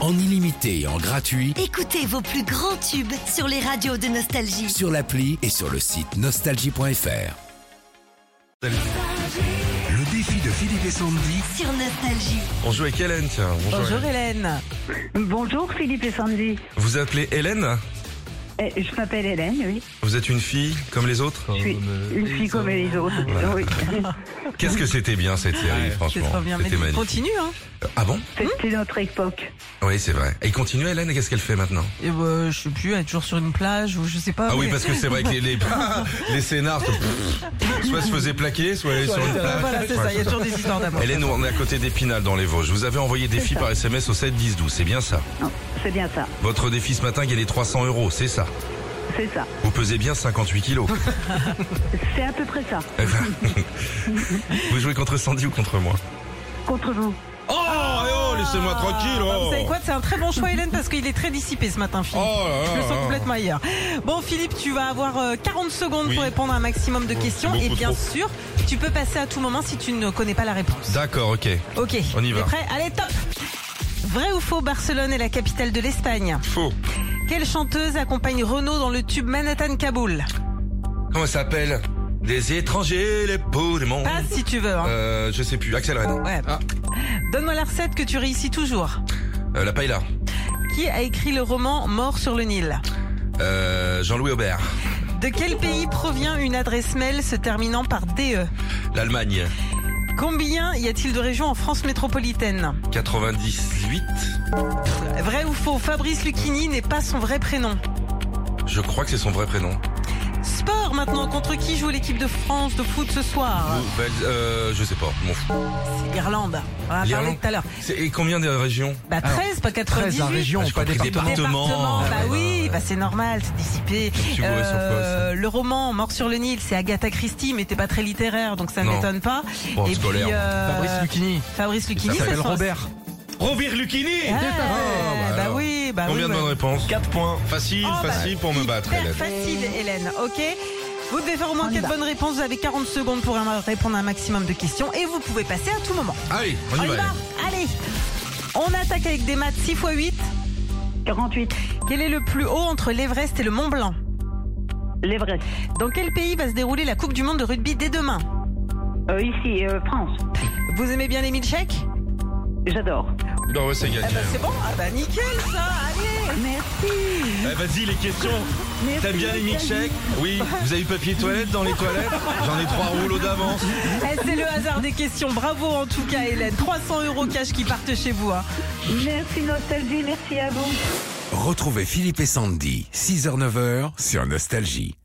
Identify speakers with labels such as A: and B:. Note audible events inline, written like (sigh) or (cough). A: en illimité et en gratuit
B: Écoutez vos plus grands tubes sur les radios de Nostalgie.
A: sur l'appli et sur le site nostalgie.fr.
C: Le défi de Philippe et Sandy.
B: Sur Nostalgie.
D: On joue avec Hélène, tiens. Bonjour,
E: Bonjour
D: Hélène.
E: Hélène.
F: Bonjour Philippe et Sandy.
D: Vous appelez Hélène
F: Eh, Je m'appelle Hélène, oui.
D: Vous êtes une fille comme les autres
F: Je suis une fille comme les autres.
D: Voilà.
F: Oui. (laughs)
D: Qu'est-ce que c'était bien cette série,
E: C'est
D: franchement.
E: trop bien. Mais
D: C'était magnifique.
E: continue. Hein.
D: Ah bon
F: C'était notre époque.
D: Oui, c'est vrai. Et continue Hélène, et qu'est-ce qu'elle fait maintenant
E: Et, euh, je sais plus, elle est toujours sur une plage ou je sais pas.
D: Ah oui,
E: mais-
D: parce que c'est vrai que les, les, les scénars, pff, soit se faisaient plaquer, soit aller sur une plage.
E: Euh, Voilà, c'est ça. Il y a toujours des histoires d'amour.
D: Hélène, nous, on est à côté d'Épinal dans les Vosges. Vous avez envoyé défi par SMS au 7 10 12, c'est bien ça.
F: Non, C'est bien ça.
D: Votre défi ce matin, il y a les 300 euros, c'est ça.
F: C'est ça.
D: Vous pesez bien 58 kilos.
E: (laughs)
F: C'est à peu près ça.
D: Eh ben, vous jouez contre Sandy ou contre moi
F: Contre vous.
D: Oh, eh oh, laissez-moi tranquille.
E: Bah,
D: oh.
E: Vous savez quoi C'est un très bon choix, Hélène, parce qu'il est très dissipé ce matin, Philippe.
D: Oh là là
E: je le
D: là là.
E: sens complètement ailleurs. Bon, Philippe, tu vas avoir euh, 40 secondes
D: Oui.
E: pour répondre à un maximum de questions.
D: beaucoup
E: Et bien
D: trop.
E: sûr, tu peux passer à tout moment si tu ne connais pas la réponse.
D: D'accord, ok.
E: Ok.
D: On y va.
E: T'es prêt Allez, top Vrai ou faux, Barcelone est la capitale de l'Espagne.
D: Faux.
E: Quelle chanteuse accompagne Renaud dans le tube Manhattan-Kaboul
D: Comment ça s'appelle Des étrangers, les peaux de monde.
E: Passe si tu veux. hein.
D: Euh, je sais plus. Axel Red.
E: Ouais.
D: Ah.
E: Donne-moi la recette que tu réussis toujours.
D: Euh, la paella.
E: Qui a écrit le roman Mort sur le Nil
D: Euh, Jean-Louis Aubert.
E: De quel pays provient une adresse mail se terminant par DE
D: L'Allemagne.
E: Combien y a-t-il de régions en France métropolitaine
D: 98.
E: Vrai ou faux, Fabrice Lucchini n'est pas son vrai prénom.
D: Je crois que c'est son vrai prénom.
E: Sport maintenant, contre qui joue l'équipe de France de foot ce soir
D: Nouvelle- euh, je sais pas. Bon.
E: C'est l'Irlande. On en a parlé
D: Mmh. L'Irlande.
E: tout à l'heure.
D: C'est- Et combien de régions
E: Bah 13, pas 98.
G: 13 régions,
D: Ah, j'ai
G: pas
D: compris,
G: département.
D: département.
E: Département,
D: Ah,
E: bah
D: ouais, ouais,
E: oui,
D: ouais.
E: bah c'est normal, c'est dissipé. Euh,
D: me suis bourré sur quoi,
E: le roman Mort sur le Nil, c'est Agatha Christie, mais t'es pas très littéraire, donc ça ne
D: Non.
E: m'étonne pas.
D: Bon,
E: Et
D: scolaire,
E: puis,
D: moi.
E: euh,
G: Fabrice Lucchini.
E: Fabrice Lucchini,
G: Il
E: ça
G: s'appelle
E: se-
G: Robert.
D: Rovir Lucchini
E: Ah,
D: bah
E: bah
D: alors.
E: oui, bah
D: Combien
E: oui,
D: de bonnes
E: bah-
D: réponses 4 points. Facile,
E: Oh, bah,
D: facile pour me battre,
E: Hyper
D: Hélène.
E: Facile, Hélène, ok Vous devez faire au moins 4 bonnes réponses, vous avez 40 secondes pour un- répondre à un maximum de questions et vous pouvez passer à tout moment.
D: Allez, on y
E: On y
D: va.
E: va
D: Hélène.
E: Allez On attaque avec des maths 6 x 8.
F: 48.
E: Quel est le plus haut entre l'Everest et le Mont Blanc
F: L'Everest.
E: Dans quel pays va se dérouler la Coupe du Monde de rugby dès demain
F: Euh, ici, euh, France.
E: Vous aimez bien les milkshakes
F: J'adore.
D: Non, ouais, c'est gagné.
E: Ah bah c'est bon, ah bah nickel ça, allez
D: Eh, vas-y, les questions. T'as bien les milkshakes Oui. Vous avez eu papier toilette dans les toilettes J'en ai trois rouleaux d'avance.
E: Eh, C'est le hasard des questions, bravo en tout cas Hélène, 300 euros cash qui partent chez vous. hein.
F: Merci Nostalgie, merci à vous.
A: Retrouvez Philippe et Sandy, 6h-9h sur Nostalgie.